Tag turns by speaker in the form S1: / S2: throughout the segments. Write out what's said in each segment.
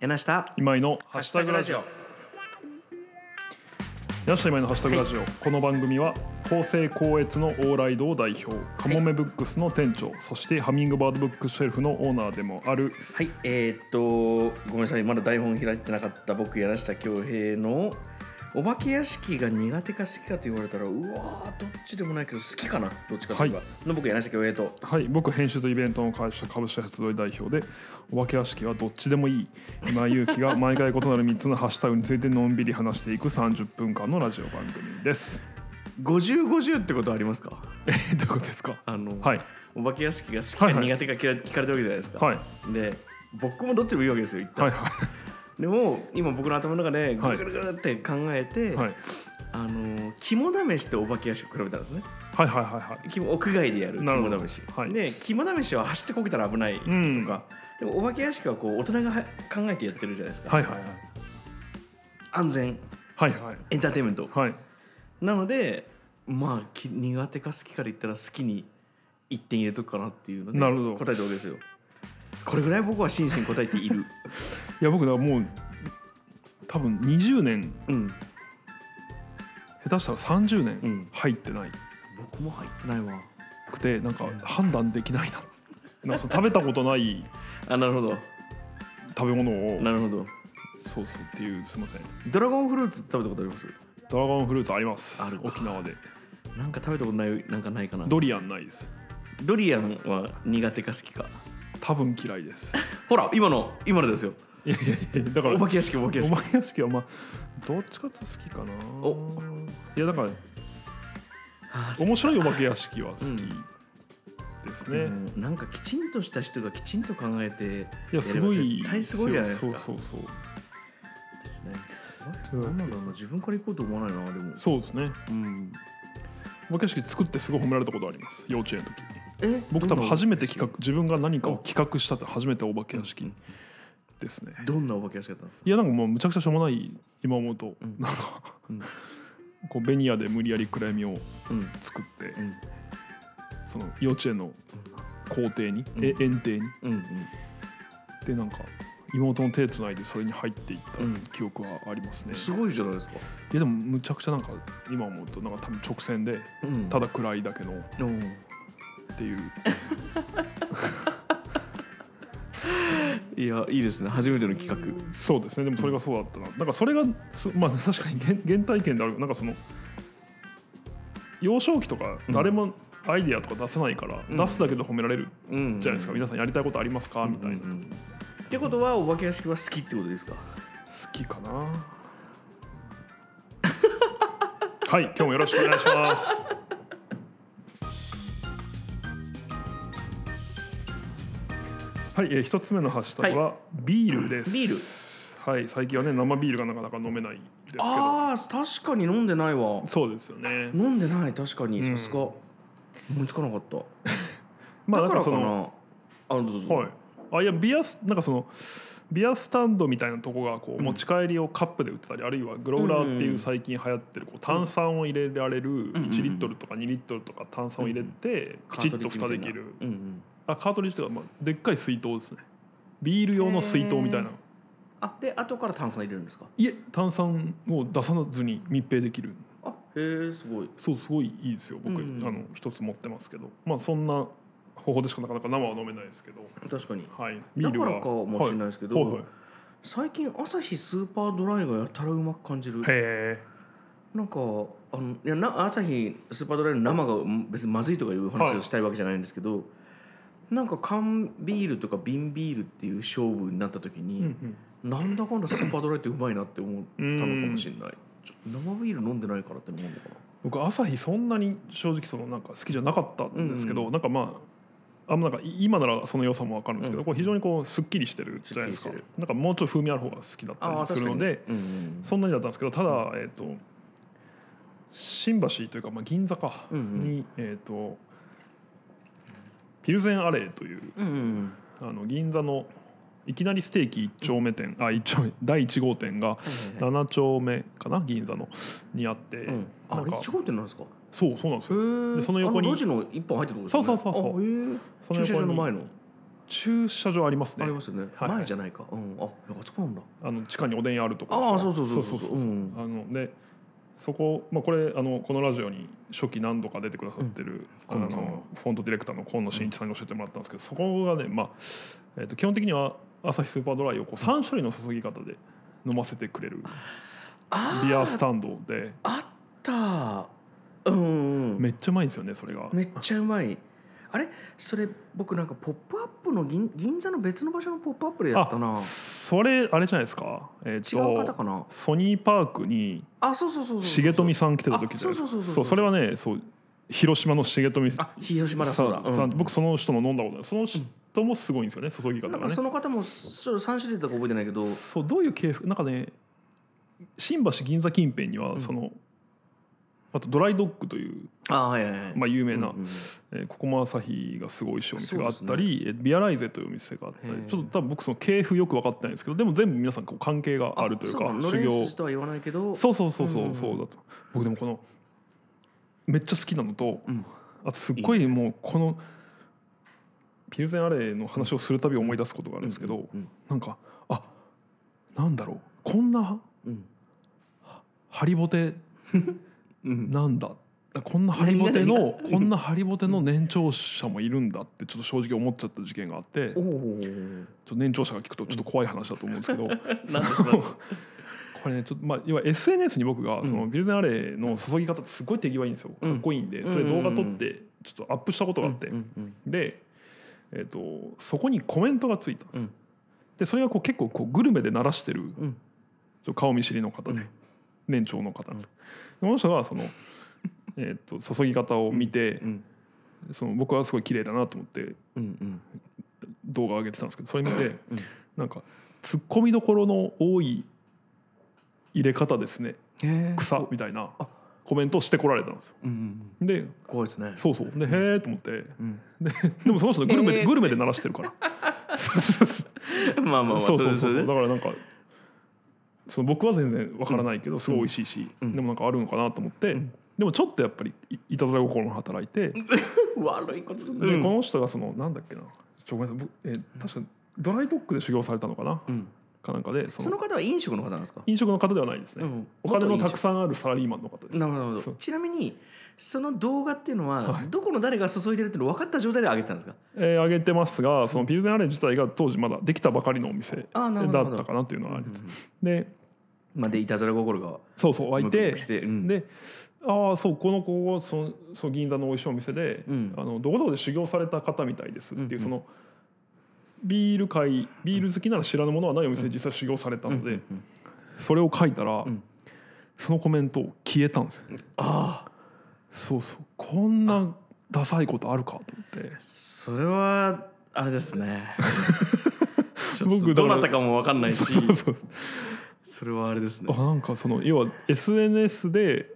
S1: 柳下
S2: 今井のハ
S1: ハ
S2: ッシュタグラジオよし今井のハッシュタグラジオ、この番組は公正高越のオーライドを代表カモメブックスの店長、そしてハミングバードブックシェルフのオーナーでもある
S1: はいえーっとごめんなさいまだ台本開いてなかった僕柳下恭平のお化け屋敷が苦手か好きかと言われたらうわーどっちでもないけど好きかなどっちかといえば、
S2: は
S1: の僕柳下恭平と
S2: はい僕編集とイベントの会社株式発動代表でお化け屋敷はどっちでもいい今井勇気が毎回異なる3つのハッシュタグについてのんびり話していく30分間のラジオ番組です
S1: 5050ってことありますか
S2: えどういうことですか
S1: あの、
S2: はい
S1: お化け屋敷が好きか
S2: はいはい
S1: 苦手か嫌い聞かれたわけじゃないですか、
S2: はい
S1: で僕もどっちでもいいわけですよ一旦、
S2: はいは
S1: でも今僕の頭の中でぐ
S2: はい
S1: るぐるぐるって考えて、
S2: いはい
S1: あの肝試しとお化け屋敷を比べたんですね
S2: はいはいはいはい
S1: 肝屋外でやる
S2: なるほど
S1: 肝試し、
S2: はい
S1: で肝試しは走ってこけたら危ないとか、
S2: うん
S1: でもお化け屋敷はこう大人がは考えてやってるじゃないですか、
S2: はいはい
S1: 安全
S2: はいはいはい
S1: エンターテインメント、
S2: はい
S1: なのでまあき苦手か好きから言ったら好きに一点入れとくかなっていうので
S2: なるほど
S1: 答えたわけですよこれぐらい僕は真摯に答えてい る
S2: いや僕だからもう多分20年
S1: うん
S2: 下手したら30
S1: う
S2: 年
S1: ん
S2: 入ってない
S1: 僕も入ってないわ
S2: くてなんか判断できない ななんかその食べたことない
S1: あなるほど
S2: 食べ物を
S1: なるほど
S2: そうそうっていうすいません
S1: ドラゴンフルーツって食べたことあります
S2: ドラゴンフルーツあります
S1: あるか
S2: 沖縄で
S1: なんか食べたことないなんかないかな
S2: ドリアンないです
S1: ドリアンは苦手か好きか
S2: 多分嫌いです
S1: ほら今の今のですよ
S2: いやいやいやだから
S1: お
S2: お
S1: 化
S2: 化
S1: け屋敷お化け
S2: け
S1: 屋敷
S2: 屋敷はまあどっちかっていうと好きかな
S1: お
S2: いやだから
S1: あー
S2: 面白いお化け屋敷は好き
S1: うん
S2: です
S1: で
S2: ね、
S1: もなんかきちんとした人がきちんと考えて
S2: いやすごい
S1: 絶対すごいじゃないですか
S2: そうそうそう
S1: ですね
S2: うん
S1: なんなんだろうな自分から行こうと思わないなでも
S2: そうですね
S1: うん
S2: お化け屋敷作ってすごい褒められたことあります幼稚園の時に
S1: え
S2: 僕多分初めて
S1: どんな
S2: 企画自分が何かを企画したって初めてお化け屋敷ですね
S1: どんなお化け屋敷だったんですか
S2: いやなんかもうむちゃくちゃしょうもない今思うと、
S1: うん
S2: なんか
S1: うん
S2: こうベニヤで無理やり暗闇を
S1: うん
S2: 作って
S1: うん
S2: その幼稚園の校庭に、
S1: うん
S2: え園庭に
S1: うん
S2: でなんか妹の手つないでそれに入っていっ
S1: うん
S2: た記憶はあります
S1: う
S2: ね、
S1: んす
S2: い
S1: ごいじゃないですか
S2: やでもむちゃくちゃなんか今思うとなんか多分直線で
S1: うん
S2: ただ暗いだけのっ
S1: うん
S2: ていう
S1: いやいいですね初めての企画
S2: そうですねでもそれがそうだったな、なんかそれがすまあ確かに原原体験であるなんかその幼少期とか
S1: うん
S2: 誰もアイディアとか出せないから、
S1: うん
S2: 出すだけで褒められる
S1: うん
S2: じゃないですか、皆さんやりたいことありますかみたいな、
S1: うんうんうんってことはお化け屋敷は好きってことですか
S2: 好きかな はい今日もよろしくお願いしますはい、えー、一つ目のハッシュタグは、ビールです
S1: ビール
S2: はい最近はね生ビールがなかなか飲めないですけど
S1: ああ確かに飲んでないわ
S2: そうですよね。
S1: 飲んでない確かに
S2: うん
S1: さすが思いつかなかった
S2: まあな
S1: だか
S2: んからそ
S1: か
S2: の
S1: なあどうぞどうぞ
S2: はい。あいやビアスなんかそのビアスタンドみたいなとこがこう持ち帰りをカップで売ってたり、あるいはグローラーっていう最近流行ってるこう炭酸を入れられる
S1: うん
S2: 1リットルとか2リットルとか炭酸を入れてきちっと蓋できる
S1: うんうん
S2: あカートリッジとかまあでっかい水筒ですねビール用の水筒みたいな
S1: へあで後から炭酸入れるんですか
S2: いえ炭酸を出さずに密閉できる
S1: あへえすごい
S2: そうすごいいいですよ僕、
S1: うん
S2: あの一つ持ってますけどまあそんな方法でしかなかなか生は飲めないですけど
S1: 確かに
S2: はいビ
S1: だ
S2: ール
S1: か
S2: は
S1: らかもしれないですけど、
S2: はいはいはい
S1: 最近朝日スーパードライがやたらうまく感じる
S2: へ
S1: なんかあのいやな朝日スーパードライの生がうん別にまずいとかいう話
S2: は
S1: を
S2: い
S1: したいわけじゃないんですけど、なんか缶ビールとか瓶ビールっていう勝負になった時
S2: え、
S1: に、なんだかんだスーパードライってうまいなって思ったのかもしれないちょっと生ビール飲んでないからってのもあるのかな
S2: 僕朝日そんなに正直そのなんか好きじゃなかったんですけど、
S1: うんう
S2: なんかまああんまなんか今ならその良さも分かるんですけど、
S1: うん
S2: こう非常にこうすっきりしてるじゃないです
S1: す
S2: か
S1: っきりし
S2: なんかもうちょっと風味ある方が好きだった
S1: ああ
S2: りす
S1: 確
S2: る
S1: かに
S2: ので
S1: うんうん
S2: そんなにだったんですけどただ、えっと新橋というか、まあ、銀座か
S1: う
S2: に、
S1: んうん
S2: えっとピルゼンアレーという
S1: うんうん
S2: あの銀座のいきなりステーキ1丁目店、あ一丁目第1号店が
S1: はいはいはい
S2: 7丁目かな銀座のにあって、
S1: うんあ
S2: なん
S1: れ
S2: か
S1: 1号店なんですかへ
S2: そうそうなんですよ
S1: え
S2: でその横に
S1: あ路地の一本入ってるとこですよね
S2: そうそうそうそう
S1: あへえ
S2: その横に
S1: 駐車場の前の
S2: 駐車場ありますね
S1: ありますよね、
S2: はいはい
S1: 前じゃないかうんああそこなんだ
S2: あの地下におでん屋あるとこ
S1: ああそうそうそうそう
S2: そう
S1: うん
S2: あのでそこ、まあ、これあのこのラジオに初期何度か出てくださってる、
S1: うん
S2: あ
S1: 河野さんは
S2: のフォントディレクターの河野真一さんに教えてもらったんですけど、そこがね、まあえー、と基本的には朝日スーパードライをこう3種類の注ぎ方で飲ませてくれる
S1: あ
S2: ビア
S1: ー
S2: スタンドで
S1: あったうん
S2: めっちゃうまいんですよねそれが。
S1: めっちゃうまいあれそれ僕なんか「ポップアップの銀銀座の別の場所の「ポップアップでやったな
S2: あそれあれじゃないですか、え
S1: 違
S2: ー
S1: う
S2: と
S1: 方かな
S2: ソニーパークに
S1: あそうそうそうそう
S2: 重富さん来てた時じゃないです
S1: あ
S2: か
S1: そうそうそうそう
S2: そうそれはねそう広島の重富さん
S1: あ広島だそうだ、うん
S2: さん僕その人の飲んだことないその人もすごいんですよね注ぎ方
S1: なん
S2: が
S1: か
S2: ね
S1: その方もそう3種類だか覚えてないけど
S2: そうどういう系譜なんかね新橋銀座近辺に
S1: う
S2: は
S1: ん
S2: その、あとドライドッグという、
S1: あはいはいはい
S2: まあ、有名な、
S1: うんうん
S2: えーここも朝日がすごい美味しいお店があったり、えービアライゼというお店があった
S1: へ
S2: り
S1: ー
S2: ちょっと多分僕その系譜よく分かってないんですけどでも全部皆さんこう関係があるというか
S1: そ
S2: 修
S1: ロレン
S2: 行
S1: スとは言わないけど
S2: そうそうそうそう
S1: うんうんうん
S2: そうだと僕でもこのめっちゃ好きなのと、
S1: うん
S2: あとすっごいもうこのピルゼンアレーの話をするたび思い出すことがあるんですけど、
S1: うん
S2: なんかあなんだろうこんな
S1: うん
S2: ハリボテ
S1: うん
S2: なんだこんなハリボテの
S1: 何が
S2: こんなハリボテの年長者もいるんだってちょっと正直思っちゃった事件があってち
S1: お
S2: ょっ
S1: お
S2: と年長者が聞くとちょっと怖い話だと思うんですけど
S1: なんです
S2: そのこれねちょっとまあ要は SNS に僕がそのビルゼンアレーの注ぎ方ってすごい手際いいんですよか
S1: うん
S2: っこいいんでそれ動画撮ってちょっとアップしたことがあって
S1: うんうん
S2: で、えー、とそこにコメントがついたんです、
S1: うん
S2: でそれがこう結構こうグルメで鳴らしてる
S1: うん
S2: ちょ顔見知りの方で、
S1: うん
S2: 年長の方なんです、でこの人がその、えー、と注ぎ方を見て、
S1: うん
S2: その僕はすごい綺麗だなと思って
S1: うんうん
S2: 動画上げてたんですけどそれ見て、
S1: うん
S2: なんかツッコミどころの多い入れ方ですね
S1: へえ
S2: 草みたいな
S1: あ
S2: コメントをしてこられたんですよ。
S1: うんうん
S2: で
S1: 怖いですね
S2: そうそうでへえと思って
S1: うん
S2: ででもその人グルメ
S1: へ
S2: で
S1: ー
S2: グルメで鳴らしてるから。
S1: まあまあまあ
S2: そうそうそ
S1: れ
S2: うそう
S1: で
S2: だからなんかその僕は全然わからないけどすごい美味しいし、
S1: うん
S2: でもなんかあるのかなと思って、
S1: うん
S2: でもちょっとやっぱりいいたずら心が働いて、
S1: 悪いことする
S2: でこ
S1: ね
S2: の人がそのなんだっけなちょごめんなさい僕えー確かドライドッグで修行されたのかな
S1: うん
S2: かなんかでそ
S1: その
S2: の
S1: 方は飲食の方なんですか
S2: 飲食の方ではないですね、
S1: うん
S2: お金のたく
S1: さ
S2: さんあるサラリーマンの方です
S1: なるほどなるほ
S2: そ
S1: ど
S2: う
S1: ちなみにその動画っていうの
S2: は
S1: はどこの誰が注いでるっていうの分かった状態で上げてたんですか
S2: えー、上げてますがそのピルゼンアレー自体が当時まだできたばかりのお店だっ
S1: ああなるほどなるほ
S2: た
S1: ど
S2: かなというのはあります、で
S1: まあでいたずら心が
S2: そうそう湧い
S1: ムクム
S2: て
S1: クしてうん
S2: でああそうこの子はそのその銀座の美味しいお店で、
S1: うん
S2: あのどこどこで修行された方みたいですっていう、
S1: うんうん
S2: そのビール会ビール好きなら知らぬものはないお店で実際修行されたので、
S1: うんうん
S2: それを書いたら、
S1: ん
S2: そのコメント消えたんですよ、
S1: ああ
S2: そうそうこんなダサいことあるかと思って
S1: それはあれです ねちょっ
S2: 僕
S1: と
S2: だ
S1: ど
S2: から
S1: なたかも分かんないし
S2: そうそうそう
S1: それはあれです
S2: あ
S1: ね
S2: なんかその要は SNS で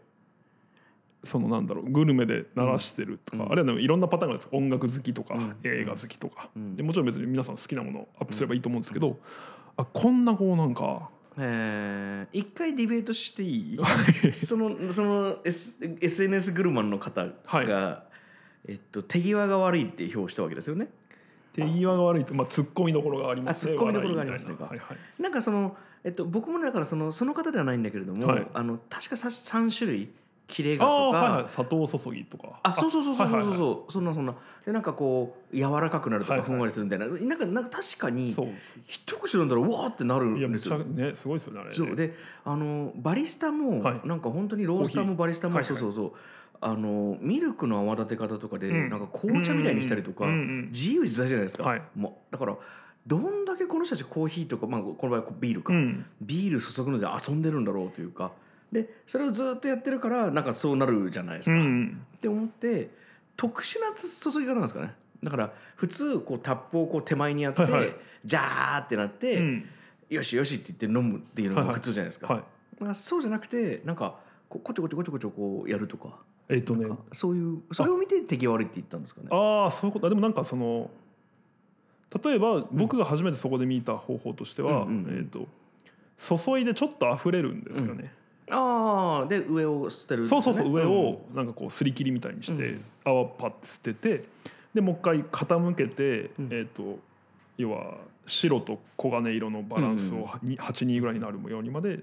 S2: そのなんだろうグルメで鳴らしてるとか、
S1: うん
S2: あるいはでもいろんなパターンがあるんです音楽好きとか、
S1: うん
S2: 映画好きとか、
S1: うん
S2: でもちろん別に皆さん好きなものをアップすればいいと思うんですけど、あこんなこうなんか
S1: えー一回ディベートしていいそのその、S、SNS グルマンの方が、
S2: は
S1: えっと、手際が悪いって評したわけですよね
S2: 手際が悪いと、まあ、ツッコミどころがありますね
S1: あツッコミどころがありま
S2: 笑い
S1: す
S2: み
S1: ね
S2: たいなはいはい
S1: なんかその、えっと、僕もねだからそのその方ではないんだけれども、
S2: はい
S1: あの確かさ3種類キレ
S2: あ
S1: が
S2: あ
S1: と
S2: ー
S1: か
S2: はいはい砂糖注ぎとか
S1: あそうそうそうそうそうそう、
S2: はいはいはい
S1: そんなそんなでなんかこう柔らかくなると
S2: はい
S1: か
S2: はい
S1: ふんわりするみたいな,、なんかなんか確かに
S2: そう
S1: 一口飲んだらうわーってなる
S2: いや
S1: んで
S2: めっ
S1: す
S2: ちゃ
S1: よ。
S2: ねすごいですよねあれね
S1: そうであのバリスタも、
S2: はい
S1: なんか本当にロースター
S2: コーヒ
S1: もバリスタも、
S2: はいはい
S1: そうそうそうあのミルクの泡立て方とかで、
S2: うん
S1: なんか紅茶みたいにしたりとか、
S2: うんうん
S1: 自由自在じゃないですか、
S2: はい
S1: もうだからどんだけこの人たちコーヒーとか、まあ、この場合はビールか、
S2: うん
S1: ビール注ぐので遊んでるんだろうというかでそれをずっとやってるからなんかそうなるじゃないです
S2: う
S1: か。
S2: ん
S1: って思って特殊な注ぎ方なんですかねだから普通こうタップをこう手前にやって、
S2: はいはい
S1: ジャーってなって、
S2: うん
S1: よしよしって言って飲むっていうのが普通じゃないですか,、
S2: はい
S1: だからそうじゃなくてなんかここちょこちょこちょこちょこうやるとか
S2: えっ、とね
S1: なんかそういうそれを見て手際悪いって言ったんですかね
S2: ああそういうことあでもなんかその例えば僕が初めてそこで見た方法としては、
S1: うんうんうん
S2: えー、と注いでちょっと溢れるんですよね、
S1: ああで上を捨てるんです
S2: そ
S1: よ
S2: う
S1: ね、
S2: そうそう上をなんかこうすり切りみたいにして、
S1: うん
S2: 泡パッて捨ててでもう一回傾けて、
S1: うん
S2: えー、と要は白と黄金色のバランス
S1: うん
S2: を82ぐらいになるようにまで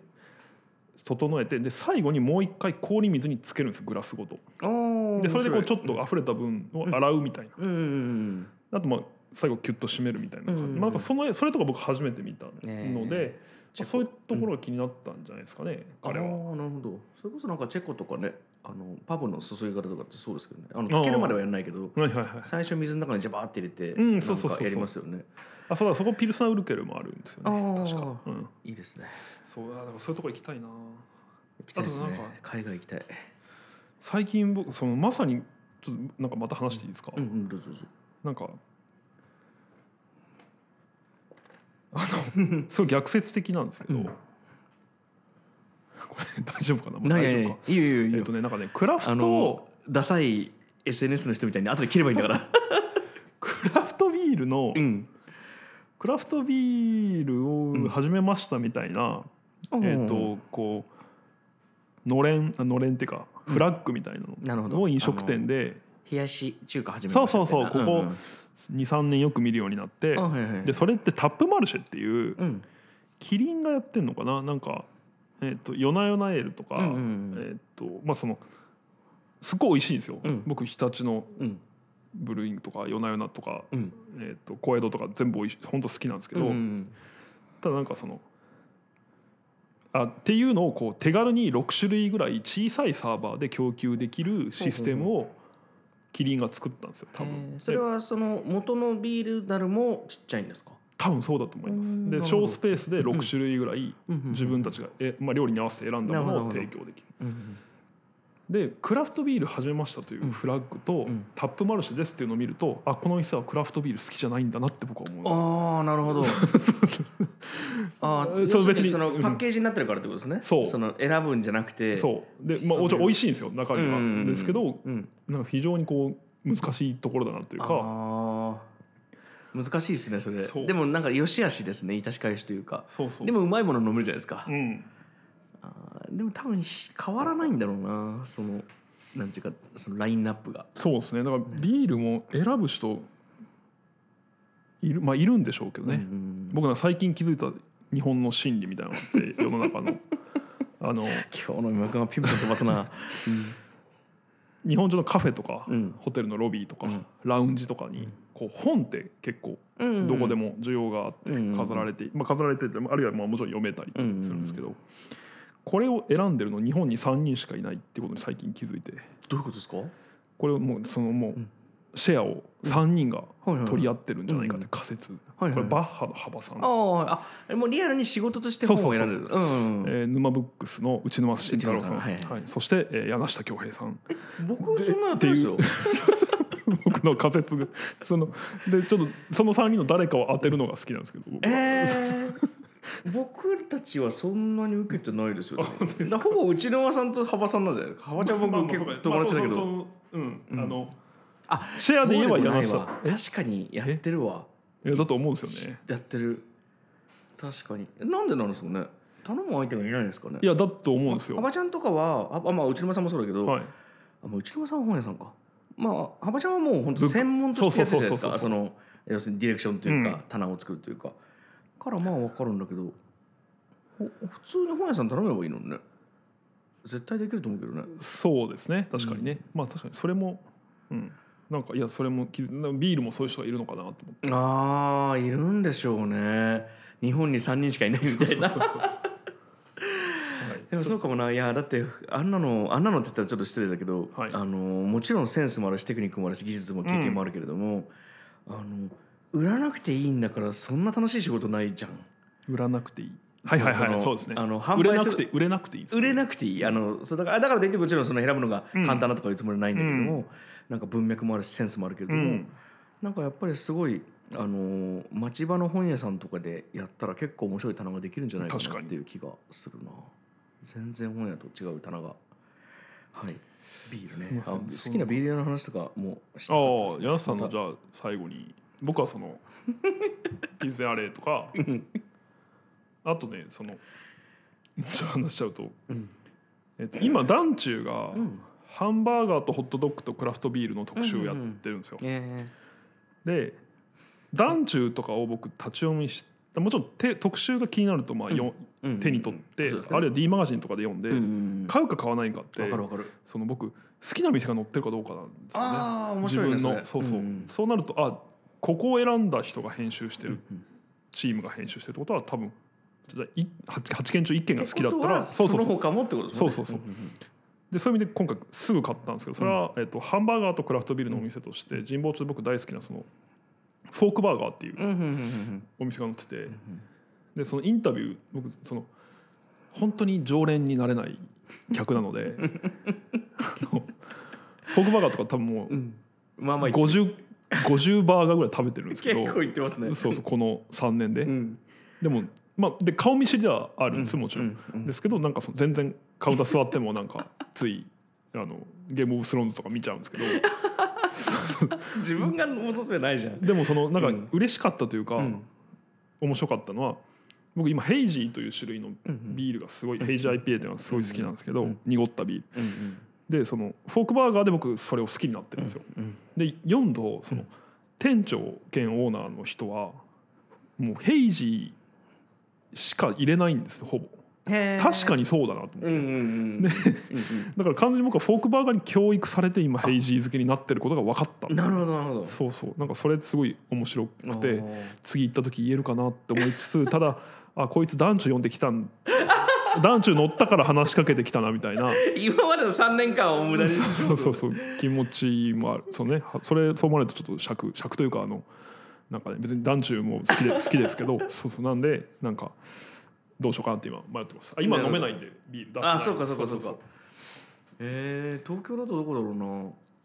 S2: 整えてで最後にもう一回氷水につけるんですグラスごと
S1: お
S2: でそれでこうちょ
S1: っ
S2: っと溢れた分を洗うみたい
S1: とうん
S2: なあとまあ最後キュッと締めるみたいな感じ、
S1: うん
S2: まあ、なんかそのそれとか僕初めて見たので、
S1: ね
S2: まあそういうところが気になったんじゃないですかね、彼は。
S1: ああなるほどそれこそなんかチェコとかねあのパブの注ぎ方とかってそうですけどねあのつけるまではやんないけど
S2: はいはいはい、
S1: 最初水の中にジャバーって入れて
S2: うん
S1: なん
S2: そうそう
S1: か
S2: そうそう
S1: やりますよね
S2: あそうだそこピルサーウルケルもあるんですよね
S1: あー
S2: 確か、うん、
S1: いいですね
S2: そうあだからそういうとこ行きたいな
S1: 行きたいです
S2: あ
S1: ね
S2: となんか
S1: 海外行きたい
S2: 最近僕そのまさにちょっとなんかまた話していいですか、
S1: うんうんどうぞどうぞ
S2: なんかあのすごい逆説的なんですけど、
S1: うん
S2: これ大丈夫かなもう
S1: ない
S2: 大
S1: やいやい
S2: 丈夫
S1: や
S2: か
S1: いいよいいよいい
S2: えっ
S1: よ
S2: とねなんかねクラフ
S1: あ
S2: ト
S1: のダサい SNS の人みたいに後で切ればいいんだ から
S2: クラフトビールの、
S1: ん
S2: クラフトビール
S1: ん
S2: を始めましたみたいな、えっとこうのれんあのれんっていうかフラッグみたい
S1: な
S2: な
S1: るほ
S2: の
S1: ど
S2: を飲食店で
S1: 冷やし中華始めましたみたいな
S2: そうそうそうここ23年よく見るようになっ
S1: う
S2: て
S1: んうんあはいはい
S2: でそれってタップマルシェっていう
S1: うん
S2: キリンがやってんのかななんかえっと夜な夜なエールとか
S1: うんうんうん
S2: えっとまあそのすっごい美味しいんですよ
S1: うん
S2: 僕日立の
S1: うん
S2: ブルーイングとか夜な夜なとか
S1: うん
S2: えっと小江戸とか全部美味しい本当好きなんです
S1: う
S2: け
S1: ん
S2: ど
S1: うん
S2: ただなんかそのあっていうのをこう手軽に6種類ぐらい小さいサーバーで供給できるシステムをキリンが作ったんですよ多
S1: え
S2: 分
S1: ーそれはその元のビール樽もちっちゃいんですか
S2: 多分そうだと思いま
S1: うん
S2: す
S1: な
S2: で
S1: るほど
S2: 小スペースで6種類ぐらい自分たちが、えまあ、料理に合わせて選んだものを
S1: なる
S2: 提
S1: ほ
S2: 供できる
S1: うん
S2: でクラフトビール始めましたというフラッグと、
S1: ん
S2: タップマルシェですっていうのを見るとあこの店はクラフトビール好きじゃないんだなって僕は思
S1: あ
S2: う
S1: あな るほどあ
S2: そう
S1: あそう別
S2: 別
S1: に
S2: に
S1: その
S2: うん
S1: パッケージになってるからってことですね
S2: そう
S1: その選ぶんじゃなくて
S2: そうでまあもちろん美味しいんですよ中身は、
S1: うんうんうん
S2: ですけど
S1: うん
S2: なんか非常にこう難しいところだなというか
S1: あー難しいですねそれ
S2: そう
S1: でもなんか良し悪しですね致し返しというか
S2: そうそう
S1: でもうまいもの飲めるじゃないですか、
S2: うん
S1: あーでも多分ひ変わらないんだろうなそのなんていうかそのラインナップが
S2: そうですねだからビールも選ぶ人いる,、まあ、いるんでしょうけどね、
S1: うん
S2: 僕は最近気づいた日本の心理みたいなのがあって世の 中のあの
S1: 今日の今がピンポン飛ばす な
S2: 日本中のカフェとか、
S1: うん
S2: ホテルのロビーとか、
S1: うん
S2: ラウンジとかにこう本って結構
S1: うんうん
S2: どこでも需要があって
S1: うん
S2: 飾られて、まあ、飾られててあるいはまあもちろん読めたりするんですけど、これを選んでるの日本に3人しかいないってことに最近気づいて
S1: どういうことですか
S2: これをもうそのもうシェアを3人が
S1: はいはい
S2: 取り合ってるんじゃないかって仮説、
S1: はいはい
S2: これバッハの幅さん、
S1: あーあもうリアルに仕事として本を選んでる
S2: そう
S1: うんうん
S2: えー沼ブックスの内沼慎太郎さん
S1: 内沼さんはい
S2: そして、えー柳下恭平さん
S1: 僕そんなやってないですよ
S2: って僕の仮説がそのでちょっとその3人の誰かを当てるのが好きなんですけど僕は
S1: えー 僕たちはそんなに受けてないですよ、ね、だからほぼうちの和さんと幅さんなんじゃないですか幅ちゃん
S2: まあ
S1: 僕
S2: まあ
S1: 結
S2: そうか
S1: 構友達だけ
S2: まあそ
S1: ど
S2: うそうそううんあの
S1: あ
S2: シェアで言えば
S1: そうもない
S2: 柳
S1: わ確かにやってるわ
S2: いやだと思うんですよね
S1: やってる確かになんでなんですかね頼む相手がいないんですかね
S2: いやだと思うんですよは
S1: 幅ちゃんとかはあ、まあ、うちの和さんもそうだけど、
S2: い
S1: あもううちの和さんは本屋さんかまあ幅ちゃんはもう本
S2: ブ
S1: 当
S2: ック
S1: 専門としてやってるじゃないです
S2: そうそ
S1: か
S2: うそ
S1: その要するにディレクションというか、
S2: うん
S1: 棚を作るというかからまあ分かるんだけどほ普通に本屋さん頼めばいいのにね絶対できると思うけどね
S2: そうですね確かにねまあ確かにそれもうんなんかいやそれもきなんかビールもそういう人がいるのかなと思って
S1: ああいるんでしょうね日本に3人しかいないみたいな
S2: そうそうそう
S1: でもそうかもないやだってあんなのあんなのって言ったらちょっと失礼だけど、
S2: はい
S1: あのもちろんセンスもあるしテクニックもあるし技術も経験もあるけれども、あの売らなくていいんだからそんな楽しい仕事ないじゃん
S2: 売らなくていいはいはい
S1: そ
S2: は
S1: の
S2: いそうですね
S1: あの販売
S2: 売れな
S1: する
S2: くて売れなくていいです
S1: 売れなくていいあのそうだからだからといってもちろんその選ぶのが簡単だとかいうつもりはないんだけども、なんか文脈もあるしセンスもあるけれど
S2: う
S1: も、
S2: ん
S1: なんかやっぱりすごいあの町場の本屋さんとかでやったら結構面白い棚ができるんじゃないか
S2: 確
S1: な
S2: か
S1: っ
S2: に
S1: ていう気がするな全然本屋と違う棚がはいビール
S2: すい
S1: ね
S2: ま
S1: あ
S2: せん
S1: 好
S2: そん
S1: きなビール屋の話とかもうし
S2: あ
S1: た
S2: あ
S1: かったですね
S2: 柳瀬さんの
S1: また
S2: じゃあ最後に僕はそ のピンセンアレーとかあとねそのもうちょっと話しちゃうと,、えっと今ダンチューが
S1: ん
S2: ハンバーガーとホットドッグとクラフトビールの特集をやってるんですよ、
S1: ええ
S2: で団中とかを僕立ち読みしもちろん手特集が気になるとまあ、よ
S1: うん
S2: 手に取って、
S1: そうですね
S2: あるいは D マガジンとかで読んで、
S1: うんうん
S2: 買うか買わないかっ
S1: うんわ
S2: て
S1: かるわかる
S2: その僕好きな店が載ってるかどうかなんですよね。
S1: ああ面白いね
S2: 自分
S1: れ
S2: のそうそう、
S1: ん
S2: そうなるとあここを選んだ人が編集して
S1: うん
S2: る、チームが編集してるってことは多分じゃあい 8, 8件中1件が好きだっ
S1: ったてこと
S2: ら
S1: は
S2: そうそう
S1: そ
S2: そ
S1: の
S2: う
S1: 他もってことですね
S2: そうそうそうん
S1: んん
S2: でそういう意味で今回すぐ買ったんですけどそれは、えっとハンバーガーとクラフトビールのお店として神保町で僕大好きなそのフォークバーガーっていう
S1: うんうんうんうん
S2: お店が載ってて、でそのインタビュー僕その本当に常連になれない客なの であのフォークバーガーとか多分も
S1: う
S2: うん
S1: まあまあ
S2: 50, 50バーガーぐらい食べてるんですけ
S1: 結
S2: ど
S1: 構いってますね
S2: そうそうこの3年で、
S1: うん
S2: でもまあで顔見知りではあるんです、
S1: う
S2: もちろん、
S1: うんうん
S2: ですけどなんかその全然カウンター座ってもなんか ついあのゲームオブスローンズとか見ちゃうんですけど
S1: 自分が戻ってないじゃん
S2: でもそのな
S1: うんん
S2: か嬉しかったというか、
S1: うん
S2: 面白かったのは僕今ヘイジーという種類の
S1: うん
S2: ビールがすごい、ヘイジー IPA っていうのがすごい好きなんですけど、
S1: うん
S2: 濁ったビール
S1: うんうん
S2: でそのフォークバーガーで僕それを好きになってるんですよ、
S1: うん
S2: で読んだその店長兼オーナーの人はもうヘイジーしか入れないんですよほぼ
S1: へー
S2: 確かにそうだなと思って
S1: うんうんうん
S2: ね
S1: うん
S2: だから完全に僕はフォークバーガーに教育されて今ヘイジー漬けになってることが分かった
S1: うんなるほどなるほ
S2: そうそうなんかそれすごい面白く
S1: ど
S2: て
S1: おー
S2: 次行った時言えるかなって思いつつただあこいつ団中読んできたん団中乗ったから話しかけてきたなみたいな
S1: 今までの3年間を無駄に
S2: そうそうそうそう気持ちもあるそうねはそれそう思われるとちょっと尺尺というかあのなんかね別に団中も好きで好きですけどそうそうなんでなんかどうしようかなって今迷ってますあ今飲めないんでビール出してない
S1: あそうかそうかそうかえー、東京だとどこだろう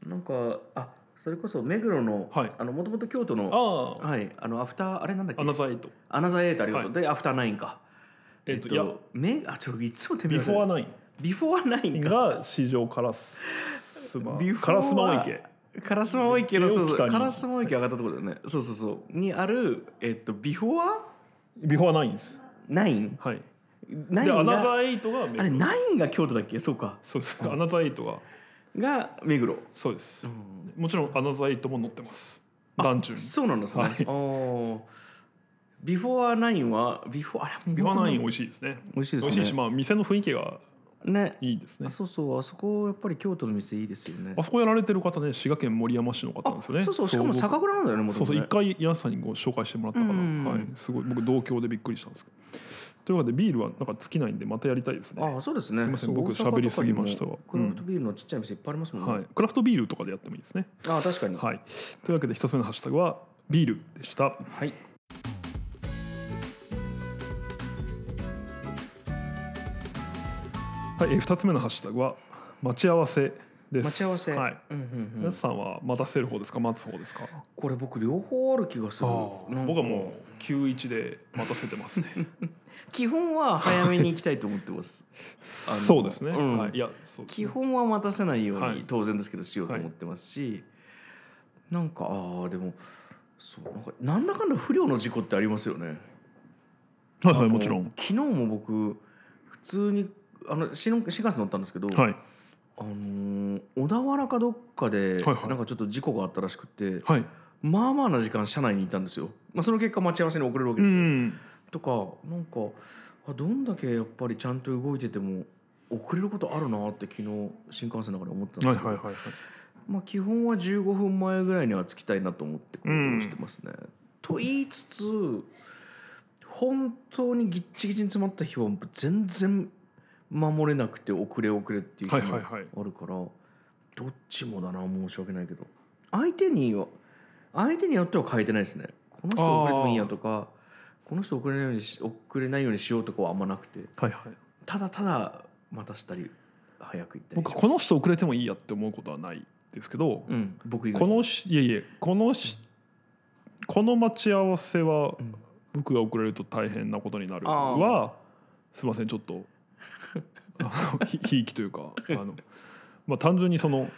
S1: ななんかあそれこそ目黒の,、
S2: はい
S1: あのもともと京都
S2: あ
S1: の
S2: あ
S1: はいあのアフターあれなんだっけ
S2: アナザーエイト
S1: アナザーエイトありがとう、
S2: は
S1: でアフターナインか
S2: えっといや
S1: めあちょいつも手
S2: ビ
S1: 見
S2: フォーアナイン
S1: ビフォーナインか
S2: が市場カラスマ
S1: ビフォーは
S2: カラス
S1: 烏
S2: マ池
S1: 丸池の
S2: 池を
S1: そうそ
S2: 北
S1: う
S2: に
S1: 烏丸池上がったところだよねそうそうそうにあるえっとビフォー
S2: ビフォーアナインです
S1: ナイン
S2: はい
S1: ナイ
S2: でア
S1: ン
S2: ナザ
S1: が
S2: ーエイトが
S1: あれナインが京都だっけそうか
S2: そうですアナザーエイトが
S1: が目黒、
S2: そうです
S1: うん
S2: もちろんアナザーエイトも載ってます団中に
S1: そうなんですね。
S2: はい
S1: おービフォーアナインはビフォーあれ
S2: ビフォーアナイン美
S1: 美
S2: 味しいですね
S1: 味しいです
S2: 美
S1: ね。
S2: 味しいしまあ店の雰囲気が
S1: ね
S2: いいですね
S1: あそうそうあそこやっぱり京都の店いいですよね
S2: あ。そこやられてる方ね滋賀県守山市の方なんですよね
S1: そうそうしかも
S2: 僕
S1: 酒蔵なんだよねもと
S2: そ
S1: も
S2: うそ
S1: と
S2: う
S1: ね
S2: 一回ヤスさんにご紹介してもらったから、
S1: うん
S2: はい、すごい僕同郷でびっくりしたんですけどというわけでビールはなんか尽きないんでまたやりたいですね
S1: あそうですね。
S2: すいません
S1: そう
S2: 僕
S1: 大阪とか
S2: 喋りすぎましたわ
S1: にもクラフトビールのちっちゃい店いっぱいありますもんね。
S2: はい、クラフトビールとかでやってもいいですね。
S1: あ確かに。
S2: はい、というわけで一つ目のハッシュタグは「ビール」でした。
S1: はい。
S2: はい、えー二つ目のハッシュタグは「待ち合わせ」です。
S1: 待ち合わせ。
S2: はい
S1: うんうんう
S2: 皆
S1: ん。
S2: さんは待たせる方ですか待つ方ですか
S1: これ僕両方ある気がする。なんか
S2: 僕はもう91で待たせてます ね
S1: 基本は早めに行きたいと思って ます。
S2: そうですね、
S1: うん
S2: はい、いやそうです
S1: 基
S2: ね
S1: 本は待たせないように、
S2: はい
S1: 当然ですけどしようと
S2: はい
S1: 思ってますし、なんかあーでもそうなんかなんだかんだ不良の事故ってありますよね。
S2: はいは
S1: あの
S2: いもちろん
S1: 昨日も僕普通にあのシノシガス乗ったんですけど、
S2: はい
S1: あのー小田原かどっかで、
S2: はいはい
S1: なんかちょっと事故があったらしくて
S2: はい
S1: まあまあな時間車内にいたんですよ。まあ、その結果待ち合わせに遅れるわけ
S2: う
S1: ですよ。
S2: ん
S1: とかなんかあどんだけやっぱりちゃんと動いてても遅れることあるなって昨日新幹線の中で思ってたん
S2: は
S1: で
S2: いはい
S1: すけど、
S2: はいはい
S1: まあ、基本は15分前ぐらいには着きたいなと思って行動してますね。と言いつつ本当にぎっちぎちに詰まった日は全然守れなくて遅れ遅れっていう日
S2: はい
S1: も
S2: はい
S1: あ
S2: はい
S1: るから、どっちもだな申し訳ないけど相手には相手によっては変えてないですねこの人遅れてもいいやとかこの人遅れないようにし遅れないようにしようとかはあんまなくて
S2: はいはい
S1: ただただ待たしたり早く行ったりしま
S2: 僕
S1: す
S2: この人遅れてもいいやって思うことはないですけど、
S1: うん、僕以外
S2: このしいえいえこのしこの待ち合わせは
S1: うん
S2: 僕が遅れると大変なことになる
S1: ああ
S2: はすいませんちょっとあのひ ひいきというかあの、まあ、単純にその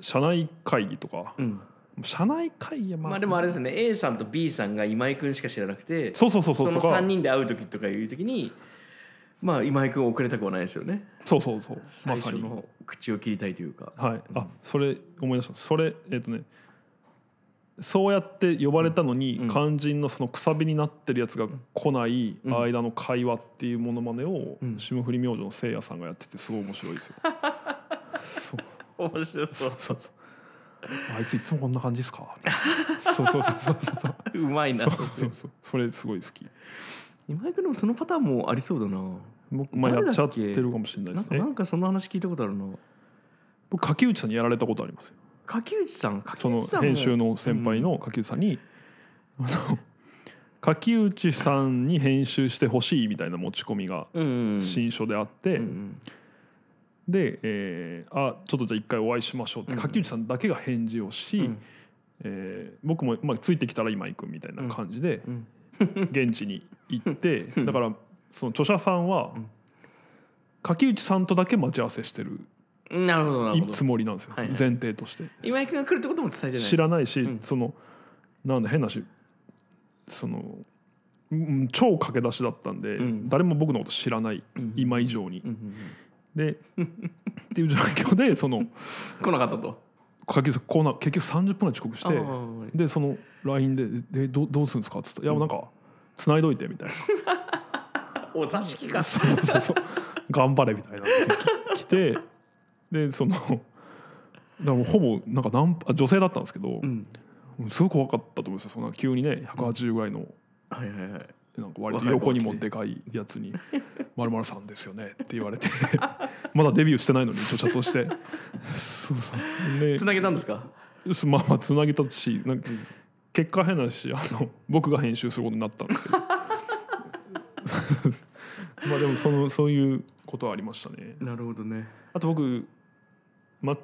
S2: 社内会議とか
S1: うん
S2: 社内会議は
S1: まあでもあれですね A さんと B さんが今井君しか知らなくて
S2: そうそうそうそう
S1: の
S2: とか
S1: 3人で会う時とかいう時にまあ今井君遅れたくはないですよね
S2: そうそうそうま
S1: 最
S2: さ
S1: 初
S2: に
S1: の口を切りたいというか、
S2: はいあそれ思い出したそれえっ、とねそうやって呼ばれたのに、
S1: うん
S2: 肝心のそのくさびになってるやつが来ない
S1: うん
S2: 間の会話っていうものまねを、
S1: うん
S2: 霜降り明星のせいやさんがやっててすごい面白いで すよ。そう
S1: 面白そう
S2: そうそうあいついつもこんな感じですか。そうそうそう そうそう
S1: うまいな
S2: そうそうそう。それすごい好き。
S1: 今井君でもそのパターンもありそうだな
S2: 僕まあや
S1: 誰だ
S2: っ
S1: っ
S2: ち
S1: け
S2: ゃってるかもしれないで
S1: なん
S2: す
S1: かな
S2: ね。
S1: んかその話聞いたことあるな
S2: 僕柿内さんにやられたことありますよ。
S1: 柿内さん柿
S2: その
S1: 内さんも
S2: 編集の先輩の柿内さんに、あの柿内さんに編集してほしいみたいな持ち込みが
S1: うんうん
S2: 新書であって、
S1: うんうん
S2: で、えーあちょっとじゃあ一回お会いしましょうって
S1: うん
S2: 柿内さんだけが返事をし、
S1: うん
S2: えー僕も、まあ、ついてきたら今行くみたいな感じで
S1: うん
S2: 現地に行ってだからその著者さんは
S1: うん
S2: 柿内さんとだけ待ち合わせしてる
S1: なるほどなるほど
S2: つもりなんですよ
S1: はい
S2: 前
S1: はい
S2: 提として。
S1: 今井君が来るってことも伝えてない
S2: 知らないし、
S1: うん
S2: そのなんだ変なしそのうん超駆け出しだったんで、
S1: うん
S2: 誰も僕のこと知らない、
S1: うん
S2: 今以上に。
S1: うんうん
S2: でっていう状況で その
S1: うん来なかったと
S2: 柿内さんこうな結局30分ぐらい遅刻し
S1: あ
S2: て
S1: ー
S2: でその LINE で「でどうどうするんですか?」っつったら「いやなんか繋いどいて」みたい
S1: お座敷か
S2: な「そうそうそうそう頑張れ」みたいなき来てでそのだからもうほぼなんかナンパあ女性だったんですけど、
S1: うん
S2: すごい怖かったと思いますよそんな急にね180ぐらいの
S1: はいはいはい
S2: なんか割と横にもでかいやつに「まるさんですよね」って言われて まだデビューしてないのに著者としてそうそうで
S1: つなげたんですか
S2: まあまあつなげたしなんか結果変なしあの僕が編集することになったんですけど まあでもそのそういうことはありましたね
S1: なるほどね
S2: あと僕待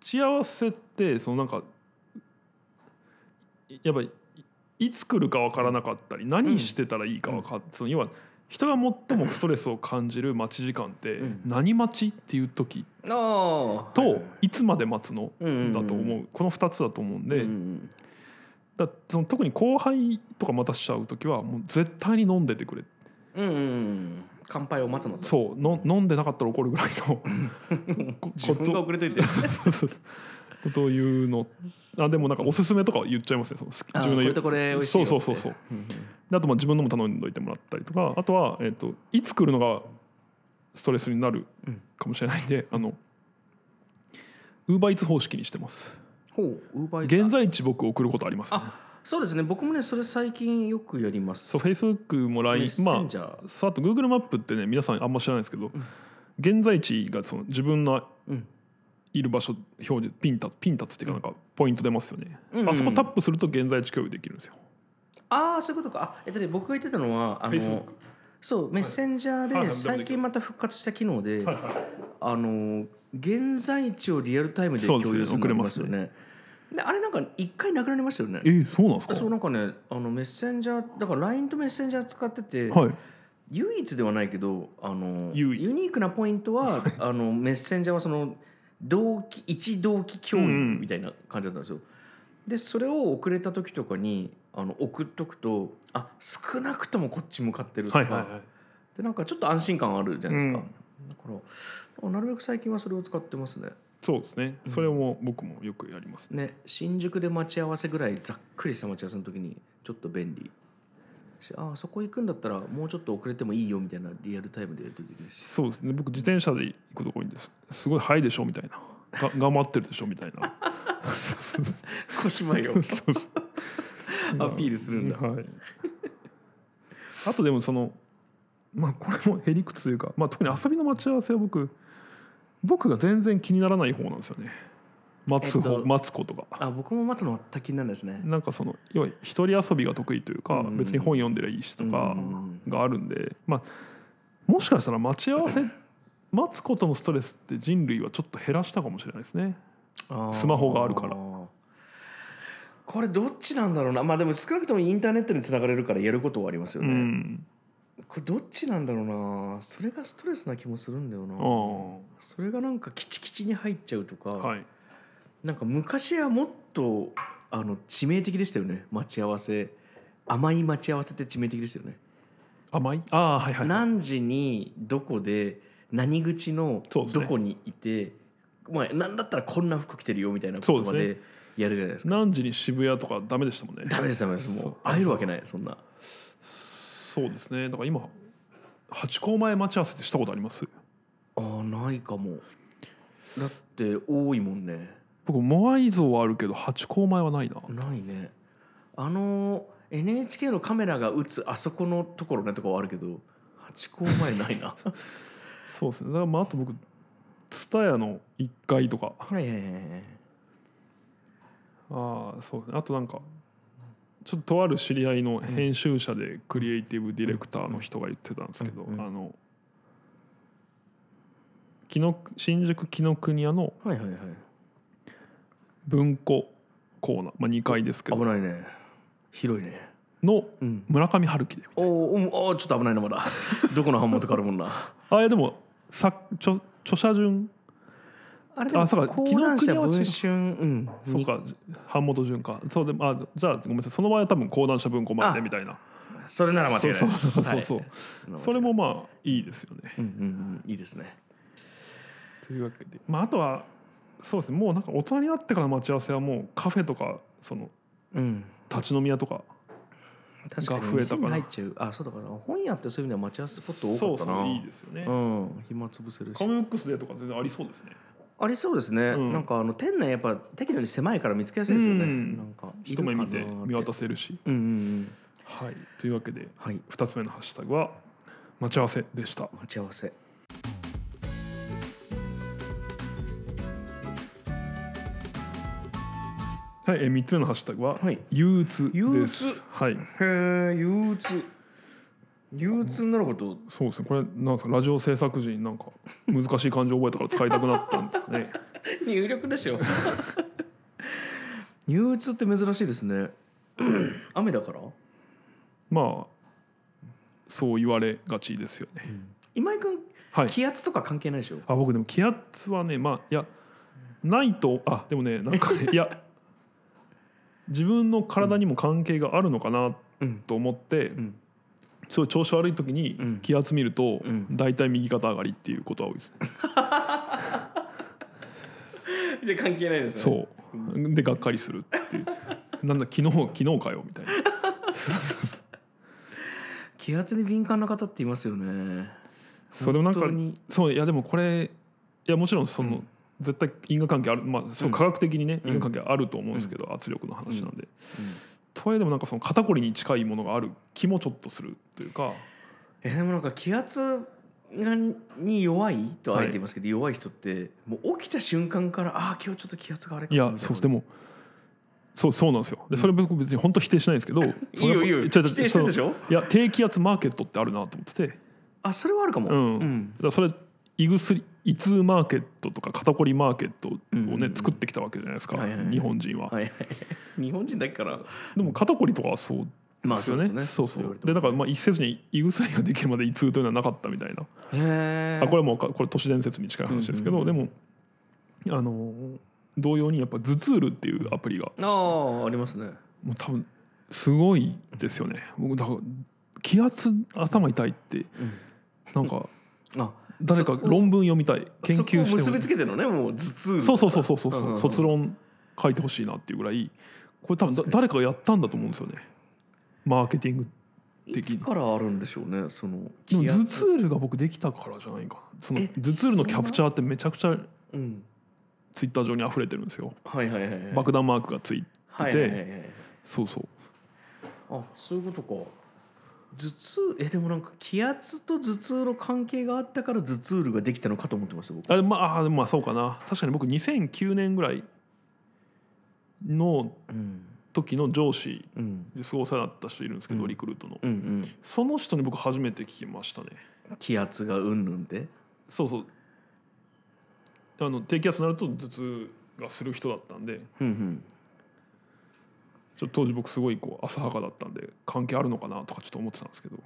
S2: ち合わせってそのなんかいやっぱりいいつ来るか分からなかったり何してたらいいか分かっその要は人が最もストレスを感じる待ち時間って
S1: うん
S2: 何待ちっていう時
S1: ああ
S2: といつまで待つのだと思うこの2つだと思うんでだその特に後輩とか待たしちゃう時はもう絶対に飲んでてくれ
S1: うんうんうん乾杯を待つのと
S2: そうの飲んでなかったら怒るぐらい のこ
S1: 自分が遅れといて
S2: そうそうそう ことを言うのあでもなんかおすすめとか言っちゃいますねその好き
S1: あー
S2: 自分の言う
S1: これとこれ美味しい
S2: そ
S1: よっ
S2: う
S1: て
S2: そうそうそう
S1: うんうん
S2: であとまあ自分のも頼んどいてもらったりとかあとは、えっといつ来るのがストレスになる
S1: うん
S2: かもしれないんで、あのウーバーイーツ方式にしてます
S1: ほうウーバーイーツ
S2: 現在地僕送ることありますね
S1: そうですね僕もねそれ最近よくやります
S2: そうフェイスブックも
S1: メ
S2: LINE
S1: ッセ
S2: まあ
S1: ンジャー
S2: そうあと Google マップってね皆さんあんま知らないですけど、
S1: ん
S2: 現在地がその自分の
S1: うん
S2: いる場所表示ピンタピン立つっていうかなんかポイント出ますよね、
S1: うんうん
S2: あそこタップすると現在地共有できるんですよ
S1: ああそういうことかあえっとね僕が言ってたのはあ
S2: Facebook
S1: のそうメッセンジャ
S2: はい
S1: ー
S2: は
S1: で
S2: い
S1: 最近また復活した機能で
S2: はいはい
S1: あの現在地をリアルタイムで共有するのがありますよねであれなんか一回なくなりましたよね
S2: えそうなんですか
S1: そうなんかねあのメッセンジャーだから LINE とメッセンジャー使ってて、
S2: はい
S1: 唯一ではないけどあのユ
S2: 唯一
S1: ニークなポイント はあのメッセンジャーはその同期一同期共有
S2: うん
S1: みたいな感じだったんですよ。でそれを送れた時とかにあの送っとくとあ少なくともこっち向かってるとか、
S2: はいはいはい
S1: でなんかちょっと安心感あるじゃないですか、
S2: うん
S1: だからなるべく最近はそれを使ってますね
S2: そうですねそれも僕もよくやりますね、
S1: ね新宿で待ち合わせぐらいざっくりした待ち合わせの時にちょっと便利しあそこ行くんだったらもうちょっと遅れてもいいよみたいなリアルタイムでやるとできるし
S2: そうですね僕自転車で行くとこ多いんですすごい「はいでしょ」みたいなが頑張ってるでしょみたいなそうそう
S1: 小島よ
S2: そうそう
S1: アピールするんだ
S2: はい、あとでもそのまあこれもへりくつというか、まあ、特に遊びの待ち合わせは僕僕が全然気にならない方なんですよね待つ方、
S1: えっと
S2: 待つことが
S1: あ僕も待つの全く気にならないですね
S2: なんかその要は一人遊びが得意というか、
S1: うん
S2: 別に本読んでりゃいいしとか
S1: うん
S2: があるんで、まあ、もしかしたら待ち合わせ待つことのストレスって人類はちょっと減らしたかもしれないですね。スマホがあるから
S1: これどっちなんだろうなまあでも少なくともインターネットにつながれるからやることはありますよ
S2: う
S1: ね、
S2: ん、
S1: これどっちなんだろうなそれがストレスな気もするんだよな
S2: ああ
S1: それがなんかキチキチに入っちゃうとか、
S2: はい
S1: なんか昔はもっとあの致命的でしたよね待ち合わせ甘い待ち合わせって致命的ですよね、
S2: 甘いああはいはいはい
S1: 何時にどこで何口の
S2: そうです
S1: ど
S2: ね
S1: こにいて、まあ、何だったらこんな服着てるよみたいなことま
S2: そうで
S1: でやるじゃないですか
S2: 何時に渋谷とかダメでしたもんね
S1: ダメですダメですも
S2: そう
S1: う会えるわけないそんな
S2: そうですねだから今八公前待ち合わせってしたことあります
S1: あーないかもだって多いもんね
S2: 僕モアイ像はあるけど八公前はないな
S1: ないねあの NHK のカメラが打つあそこのところねとかはあるけど八公前ない な
S2: そうですねだからまああと僕蔦屋の1階とか
S1: はいはいはいはい
S2: ああそうですねあとなんかちょっととある知り合いの編集者でクリエイティブディレクターの人が言ってたんですけど、
S1: うんうん
S2: あの紀ノ新宿紀ノ国屋の
S1: はいはいはい
S2: 文庫コーナー、まあ、2階ですけ
S1: 危
S2: ど
S1: ないね広いね
S2: の
S1: うん
S2: 村上春樹で
S1: おーおーちょっと危ないなまだどこの版元かあるもんな
S2: あいやでもさ著著者順
S1: あれ
S2: あそうか
S1: 講談
S2: 紀
S1: 社
S2: 伊国屋は違う
S1: 文春うん
S2: そうか版元順かそうでもあじゃあごめんなさいその場合は多分講談社文庫まで
S1: あ
S2: みたいな
S1: それなら間違い
S2: そ
S1: ないで
S2: うそう
S1: す
S2: そうそうそう、
S1: はい
S2: それもまあいいですよね
S1: うんうんうんいいですね
S2: というわけで、まあ、あとはそうですねもうなんか大人になってからの待ち合わせはもうカフェとかその
S1: うん
S2: 立ち飲み屋とか
S1: 確かに
S2: が増えたか
S1: 店
S2: な
S1: に入っちゃうあそうだから本屋ってそういう意味では待ち合わせスポット多かったな
S2: そうそういいですよね、
S1: うん暇つぶせる
S2: カ
S1: し
S2: ムブックスデーとか全然ありそうですね
S1: ありそうですね、
S2: うん
S1: なんかあの店内やっぱ適度に狭いから見つけやすいですよね、
S2: うん
S1: なんかい
S2: 一
S1: るか
S2: 目
S1: な
S2: 見
S1: って
S2: て見渡せるし
S1: うんうんうん
S2: はいというわけで
S1: はい
S2: 2つ目のハッシュタグは待ち合わせでした
S1: 待ち合わせ
S2: はい、えー、3つ目のハッシュタグは、
S1: はい
S2: 憂鬱
S1: 憂
S2: で
S1: 鬱
S2: すはい
S1: へえ憂鬱憂鬱になること
S2: そうですねこれなんですかラジオ制作時になんか難しい漢字を覚えたから使いたくなったんです かね
S1: 入力でし ょ憂鬱って珍しいです ね雨だから
S2: まあそう言われがちですよね、
S1: 今井君、
S2: はい
S1: 気圧とか関係ないでしょ
S2: あ僕でも気圧はねまあいやないとあでもねな んかねいや自分の体にも関係があるのかな
S1: うん
S2: と思って、
S1: ん
S2: すごい調子悪い時に
S1: うん
S2: 気圧見ると、
S1: うん
S2: 大体右肩上がりっていうことは多いですね、
S1: じゃ関係ないです
S2: そうでがっかりするっていう なんだ昨日昨日かよみたいな
S1: 気圧に敏感な方っていますよね
S2: それもなんか
S1: 本当に
S2: そういやでもこれいやもちろんその、
S1: うん
S2: 絶対因果関係あるまあそう科学的にね、
S1: うん
S2: 因果関係あると思うんですけど、圧力の話なんで、とはいえでもなんかその肩こりに近いものがある気もちょっとするというか
S1: えでもなんか気圧がに弱いとあえて言いますけど、弱い人ってもう起きた瞬間からああ今日ちょっと気圧があれか
S2: い
S1: なみ
S2: や
S1: たな
S2: そうでもそうそうなんですよでそれ僕別に本当否定しないんですけどい
S1: いいよいいよ
S2: ちょちょ
S1: 否定してんでしょ
S2: そのいや低気圧マーケットってあるなと思っててだか
S1: あそれはあるかも
S2: うん
S1: うん
S2: らそれ胃薬胃痛マーケットとか肩こりマーケットを
S1: うんうんう
S2: ね
S1: ん
S2: 作ってきたわけじゃないですか
S1: はいはいはい
S2: 日本人は
S1: はいはい日本人だけから
S2: でも肩こりとかはそう
S1: まあ
S2: ですよね,、
S1: そうですね
S2: そう
S1: そう言われてます
S2: で
S1: ね
S2: だからまあ一説に胃薬ができるまで胃痛というのはなかったみたいな
S1: へえ
S2: あこれはもうかこれ都市伝説に近い話ですけど、
S1: うんうんうん
S2: でもあの同様にやっぱ頭痛るっていうアプリが
S1: ああありますね
S2: もう多分すごいですよね僕だから気圧頭痛いってなんか
S1: あ
S2: 誰か
S1: そこ
S2: 論文読みたい研
S1: そこを
S2: 究して
S1: 結
S2: ほ
S1: びつ
S2: しい
S1: けてるのねもう頭痛
S2: そうそうそうそうそう
S1: うんうんうん
S2: 卒論書いてほしいなっていうぐらいこれ多分だ
S1: 確か
S2: 誰かがやったんだと思うんですよねマーケティング
S1: いつからあるんでしょうねその
S2: でも
S1: 気圧
S2: 頭痛ルが僕できたからじゃないかなその
S1: え
S2: 頭痛ルのキャプチャーってめちゃくちゃ
S1: うん
S2: ツイッター上に溢れてるんですよ
S1: はいはいはいはい
S2: 爆弾マークがつい
S1: はいはいはいはい
S2: そうそう
S1: あそういうことか頭痛えでもなんか気圧と頭痛の関係があったから頭痛ルができたのかと思ってました僕
S2: あまああでもまあそうかな確かに僕2009年ぐらいの
S1: うん
S2: 時の上司
S1: うん
S2: ですごいお世話になった人いるんですけど、
S1: うん
S2: リクルートの
S1: うんうん
S2: その人に僕初めて聞きましたね
S1: 気圧がうんぬんって
S2: そうそうあの低気圧になると頭痛がする人だったんで
S1: うんうん
S2: ちょっと当時僕すごいこう浅はかだったんで関係あるのかなとかちょっと思ってたんですけどちょ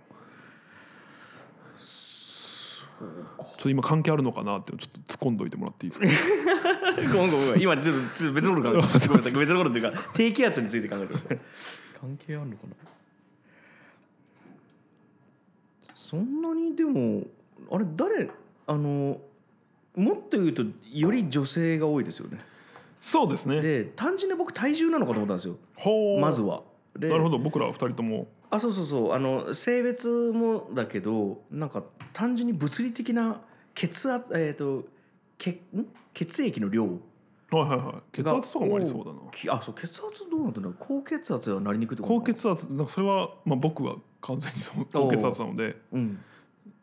S2: っと今関係あるのかなっていうのちょっと突っ込んどいてもらっていいですか
S1: ごめんごめんごめん今ちょっとちょっと別のこと考え てましたごめんなさい別のことっていうか低気圧について考えてました関係あるのかなそんなにでもあれ誰あのもっと言うとより女性が多いですよね
S2: そうですね
S1: で単純に僕体重なのかと思ったんですよ
S2: ほう
S1: まずはで
S2: なるほど僕らは2人とも
S1: あそうそうそうあの性別もだけどなんか単純に物理的な血圧えっ、と血ん血液の量
S2: はいはいはい血圧とかもありそうだな
S1: がきあそう血圧どうなってんだろう高血圧はなりにくいってこと
S2: 高血圧なんかそれは、まあ、僕は完全に その高血圧なので
S1: うん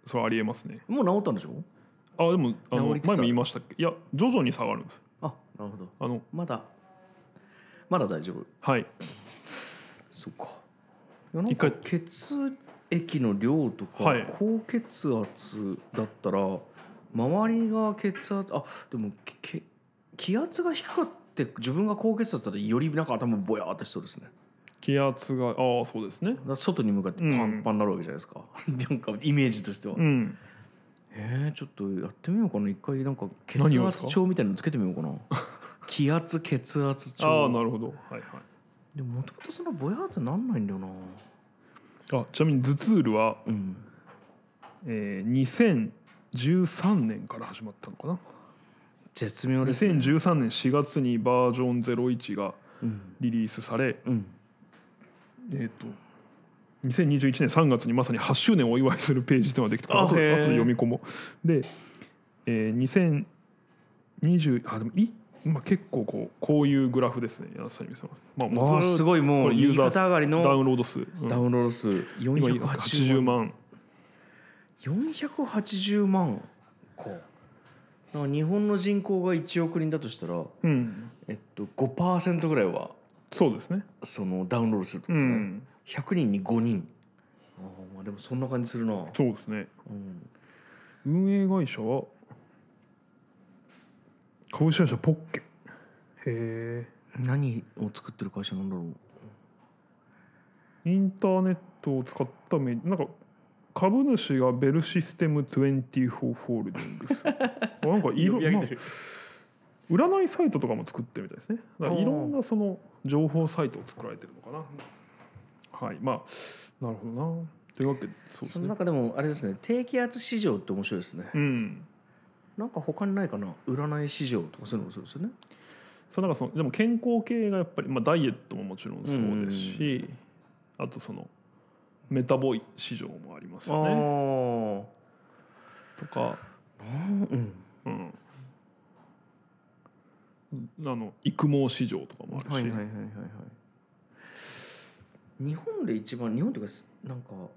S2: それはありえますね
S1: もう治ったんでしょ
S2: あでもあ
S1: 治
S2: の
S1: り
S2: 前
S1: つつあ
S2: も
S1: る
S2: 言いましたっけいや徐々に下がるんです
S1: あなるほど
S2: あの
S1: まだまだ大丈夫
S2: はい
S1: そうかいやなん
S2: 一
S1: か
S2: 回
S1: 血液の量とか、
S2: はい
S1: 高血圧だったら周りが血圧あでもけけ気圧が低かって自分が高血圧だったらよりなんか頭ぼやーっとしそうですね
S2: 気圧がああそうですね
S1: だから外に向かってパンパンになるわけじゃないですか、 なんかイメージとしては、
S2: うん
S1: えー、ちょっとやってみようかな一回なんか血
S2: 何をです
S1: 圧
S2: か
S1: 帳みたいなのつけてみようかな 気圧血圧
S2: ああ
S1: 帳
S2: なるほどはいはい
S1: でももともとそんなぼやーってなんないんだよな
S2: あちなみに頭痛ルは、
S1: うん
S2: えー、2013年から始まったのかな
S1: 絶妙ですね
S2: 2013年4月にバージョン01が
S1: うん
S2: リリースされ、
S1: うん
S2: えー、と2021年3月にまさに8周年をお祝いするページではできたから
S1: あ
S2: あと
S1: へー
S2: で読み込もうで、えー、2020あでもい、まあ、結構こうこういうグラフですね柳瀬さんに見せます、まあ、もう
S1: わあすごいも
S2: こ
S1: う
S2: れユ
S1: 右
S2: ーザー
S1: 肩上がりの
S2: ダ
S1: ダウ
S2: ウンロード数、うん
S1: ンロード数
S2: 今
S1: 480
S2: 80
S1: 万
S2: 万
S1: 480万かだから日本の人口が1億人だとしたら、
S2: うん
S1: えっと、5%ぐらいは
S2: そうですね
S1: そのダウンロードするってこ
S2: う
S1: とですね、
S2: ん
S1: 100人に5人あーまあでもそんな感じするな、うん、
S2: そうですね運営会社は株式会社ポッケへえ
S1: 何を作ってる会社なんだろう
S2: インターネットを使ったメなんか株主がベルシステム24ホールディング スなんかいろ、まあ、
S1: る、
S2: 占いサイトとかも作ってるみたいですねだから
S1: おー
S2: いろんなその情報サイトを作られてるのかなはいまあなるほどなというわけでそうです
S1: その
S2: ね
S1: 中でもあれですね低気圧市場って面白いですね、
S2: うん
S1: なんか他にないかな占い市場とかそういうのもそうですよね
S2: そうなんかそのでも健康系がやっぱり、まあ、ダイエットももちろんそうですし、あとそのメタボイ市場もありますよ
S1: あ
S2: ね
S1: あ
S2: とか
S1: うん、
S2: うん、あの育毛市場とかもあるし、
S1: はいはいはいはいはい日本で一番日本というかなんかも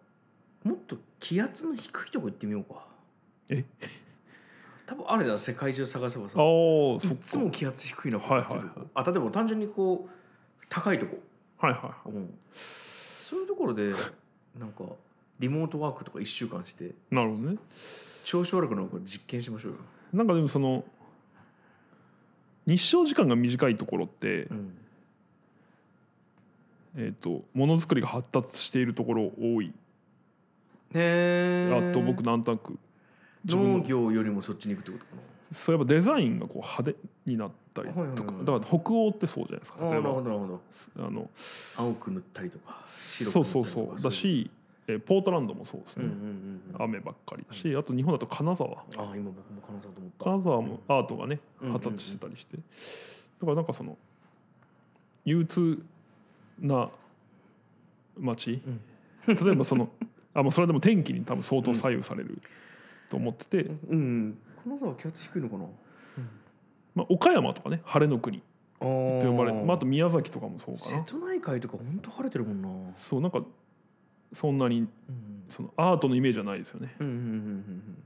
S1: っと気圧の低いとこ行ってみようか
S2: え
S1: 多分あるじゃん世界中探せば
S2: あ
S1: さ
S2: あ
S1: い
S2: そっ
S1: っつ
S2: か
S1: も気圧低いな
S2: はいはい
S1: こ
S2: はい
S1: こってとこあ例えば単純にこう高いとこ、
S2: はいは
S1: うん、そういうところ でなんかリモートワークとか1週間して
S2: いなるほどね
S1: 調子悪くなるから実験しましょうよ、
S2: なんかでもその日照時間が短いところって
S1: う、ん、
S2: えー、とものづくりが発達しているところ多い
S1: へえ
S2: あと僕なんとなく自分の
S1: 農業よりもそっちに行くってことかな
S2: そういえばデザインがこう派手になったり
S1: はいはい
S2: とか
S1: はい
S2: だから北欧ってそうじゃないです
S1: あ
S2: か
S1: ー
S2: 例
S1: な
S2: え
S1: る
S2: ば
S1: ほどなるほど
S2: あの
S1: 青く塗ったりとか白く塗
S2: そう
S1: ったりと
S2: そ
S1: か
S2: うそう
S1: そ
S2: だし、えーポートランドもそうです
S1: う
S2: ね
S1: い、うんうんうん
S2: 雨ばっかりだしあと日本だと金沢
S1: あ今僕も金沢と思った
S2: 金沢もアートがね
S1: うん
S2: 発達してたりして、だからなんかその憂鬱な街、例え ばそのあまあそれはでも天気に多分相当左右されると思ってて、
S1: うんうん金沢気圧低いのかな
S2: まあ、岡山とかね晴れの国
S1: あー
S2: と呼ばれるまあ、あと宮崎とかもそうか
S1: 瀬
S2: な
S1: 戸内海とか本当晴れてるもんなうん
S2: そうなんかそんなにそのアートのイメージはないですよね
S1: うんうんうんうんうん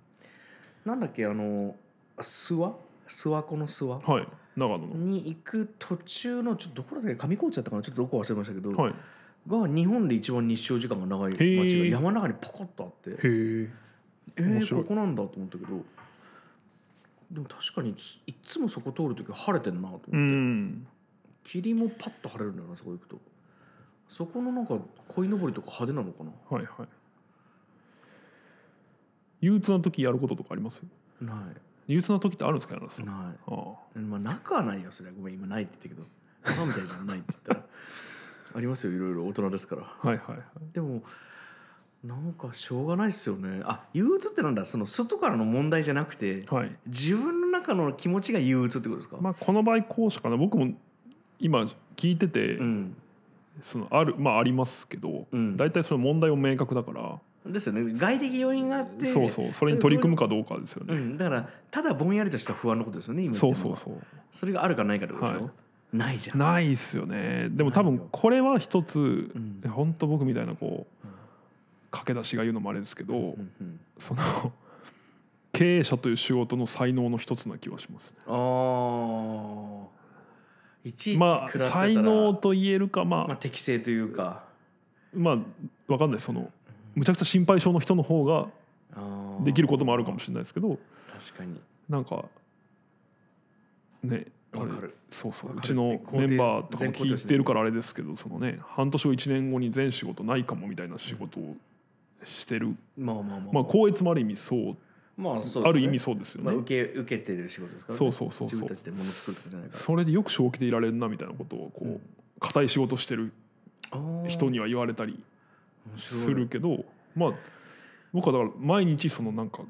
S1: なんだっけあの諏訪諏訪湖の諏訪
S2: はい長野の、
S1: に行く途中のちょっとどこだっけ上高地だったかなちょっとどこ忘れましたけど、
S2: はい、へ
S1: が日本で一番日照時間が長い
S2: へ
S1: 町が
S2: ー
S1: 山の中にポコッとあって
S2: え
S1: え
S2: 面
S1: ー、
S2: 白い
S1: ここなんだと思ったけどでも確かについっつもそこ通る時晴れてんなと思って、
S2: うん
S1: 霧もパッと晴れるんだよなそこ行くとそこのなんか鯉のぼりとか派手なのか
S2: はいはい憂鬱な時やることとかあります
S1: なな
S2: 憂鬱な時ってあるんですか柳瀬
S1: い
S2: さんあ
S1: な
S2: あ
S1: い、まあ、なくはないよそれはごめん今ないって言ったけどバカみたいじゃんないって言ったらありますよいろいろ大人ですから
S2: はいはいはい
S1: でもなんかしょうがないっすよねあ憂鬱ってなんだその外からの問題じゃなくて
S2: はい
S1: 自分の中の気持ちが憂鬱ってことですか、
S2: まあ、この場合後者かな僕も今聞いてて、
S1: うん
S2: そのあるまあありますけど
S1: うん、
S2: 大体その問題を明確だから、
S1: ですよね外的要因があって
S2: そうそうそれに取り組むかどうかですよ
S1: う
S2: ね、
S1: ん、だからただぼんやりとした不安のことですよね今言ってる
S2: そう
S1: のは
S2: そうそう
S1: それがあるかないかってことでしょ、
S2: は
S1: ないじゃん
S2: ないっすよねでも多
S1: ない
S2: 分
S1: よ
S2: これは一
S1: う
S2: つ
S1: ん
S2: 本当僕みたいなこう
S1: うん
S2: 駆け出しが言うのもあれですけど、
S1: うんうん
S2: その 経営者という仕事の才能の一つな気はします、ね、
S1: ああいちいち食ら
S2: ま
S1: っ
S2: あ
S1: てたら、
S2: 才能と言えるか
S1: まあ、
S2: まあ
S1: 適正というか
S2: まあ分かんないそのむちゃくちゃ心配性の人の方ができることもあるかも
S1: し
S2: しれないですけど
S1: れない確かに
S2: なんかね
S1: わかる
S2: そうそう
S1: わ
S2: う
S1: かる
S2: ちのメンバーとか
S1: 肯定全肯
S2: も
S1: 定
S2: 聞
S1: はいしない
S2: てるからあれですけどそのね半年後1年後に全仕事ないかもみたいな仕事をしてる
S1: まあまあまあ
S2: まあ光悦もある意味そう
S1: まあそうですね
S2: ある意味そうですよ
S1: まあ、
S2: ね
S1: 受け受けてる仕事ですから、ね、
S2: そうそうそうそう
S1: 自分たちで物作るとかじゃないから
S2: それでよく正気でいられるなみたいなことをこ
S1: う
S2: うん固い仕事してる
S1: あー
S2: 人には言われたり
S1: 面白い
S2: するけどまあ僕はだから毎日そのなんか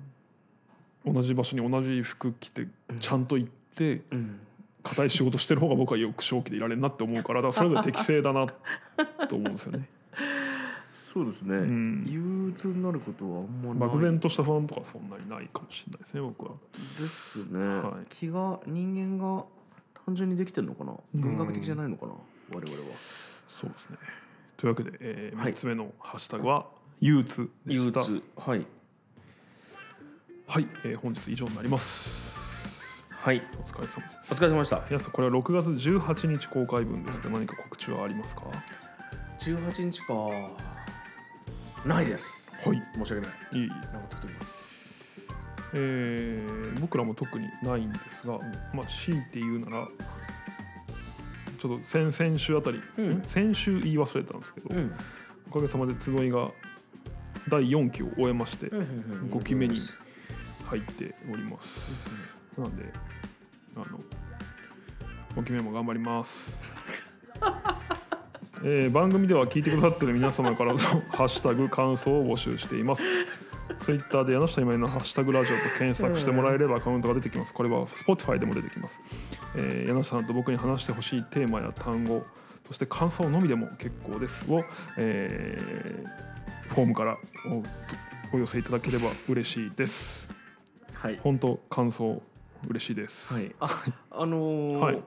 S2: 同じ場所に同じ服着てちゃんと行って
S1: うん
S2: 硬い仕事してる方が僕はよく正気でいられるなって思うか らだからそれぞれ適正だなと思うんですよね。
S1: そうですね、
S2: うん
S1: 憂鬱になることはあんまない
S2: 漠然とした不安とかそんなにないかもしれないですね僕は。
S1: ですね、
S2: はい
S1: 気が人間が単純にできてるのかな
S2: うん
S1: 文学的じゃないのかな、我々は
S2: そうですねというわけで、え
S1: はい
S2: 3つ目のハッシュタグは「憂鬱」で
S1: 憂
S2: した。
S1: 鬱はい
S2: はい、えー本日以上になります。
S1: はい
S2: お疲れ様です。
S1: お疲れ様でした
S2: 皆さんこれは6月18日公開分ですが何か告知はありますか？
S1: 18日かないです
S2: はい。
S1: 申し訳ない
S2: いい
S1: なんか作っておきます
S2: えー僕らも特にないんですが、まあ、強いて言うならちょっと先々週あたり、
S1: うん
S2: 先週言い忘れたんですけど、
S1: ん
S2: おかげさまで集いが第4期を終えまして
S1: 5
S2: 5期目に入っております、なのであの5期目も頑張りますえー番組では聞いてくださってる皆様からのハッシュタグ感想を募集していますツイッターで柳下今井の「ハッシュタグラジオ」と検索してもらえればアカウントが出てきますこれは Spotify でも出てきます、えー、柳下さんと僕に話してほしいテーマや単語そして感想のみでも結構ですを、えーフォームからおお寄せいただければ嬉しいです
S1: はい
S2: 本当感想嬉しいです、
S1: はいああのー
S2: はい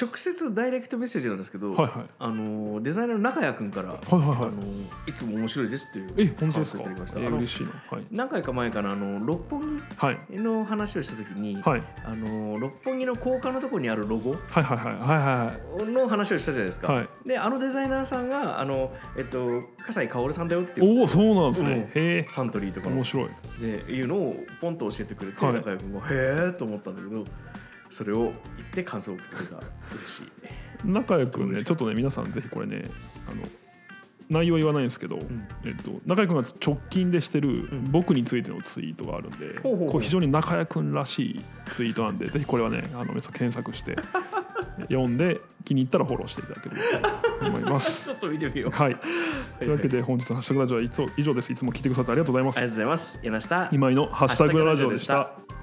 S1: 直接ダイレクトメッセージなんですけど、
S2: はいはい
S1: あのーデザイナーの中谷君から、い
S2: はいはい
S1: あ
S2: は
S1: のーいつも面白いですという
S2: いえ本当です
S1: 感想をいただ
S2: か
S1: きました
S2: え
S1: あ
S2: ー
S1: の
S2: 嬉しいなはい
S1: 何回か前かなあの六本
S2: はい
S1: 木の話をした時に、
S2: はい
S1: あの六本木の高架のところにあるロゴ
S2: はいはいはいはいは
S1: の話をしたじゃないですか、
S2: いはい
S1: であのデザイナーさんがあの、えっと、笠井薫さんだよっていう
S2: おおそうなんですね、へえ
S1: サントリーとかの
S2: 面白い
S1: でいうのをポンと教えてくれて、
S2: はい
S1: 中谷君も「へえ」と思ったんだけどそれを言って感想を送ってくれた嬉しい、
S2: 中谷君ねちょっとね皆さんぜひこれねあの内容は言わないんですけど、
S1: ん
S2: えっと、中谷君が直近でしてる
S1: ん
S2: 僕についてのツイートがあるんで、
S1: ほうほうほう
S2: こう非常に中谷君らしいツイートなんでぜひこれはねあの皆さん検索して 読んで気に入ったらフォローしていただければと思います。
S1: ちょっと見てみようあ
S2: はい、というわけで本日の「ハッシュタグラジオ」はいつも以上ですいつも聞いてくださってありがとうございま
S1: りがとう
S2: す
S1: ございます柳下
S2: 今井の「ハッシュタグラジオ」でした
S1: ハッシュタグラジオでした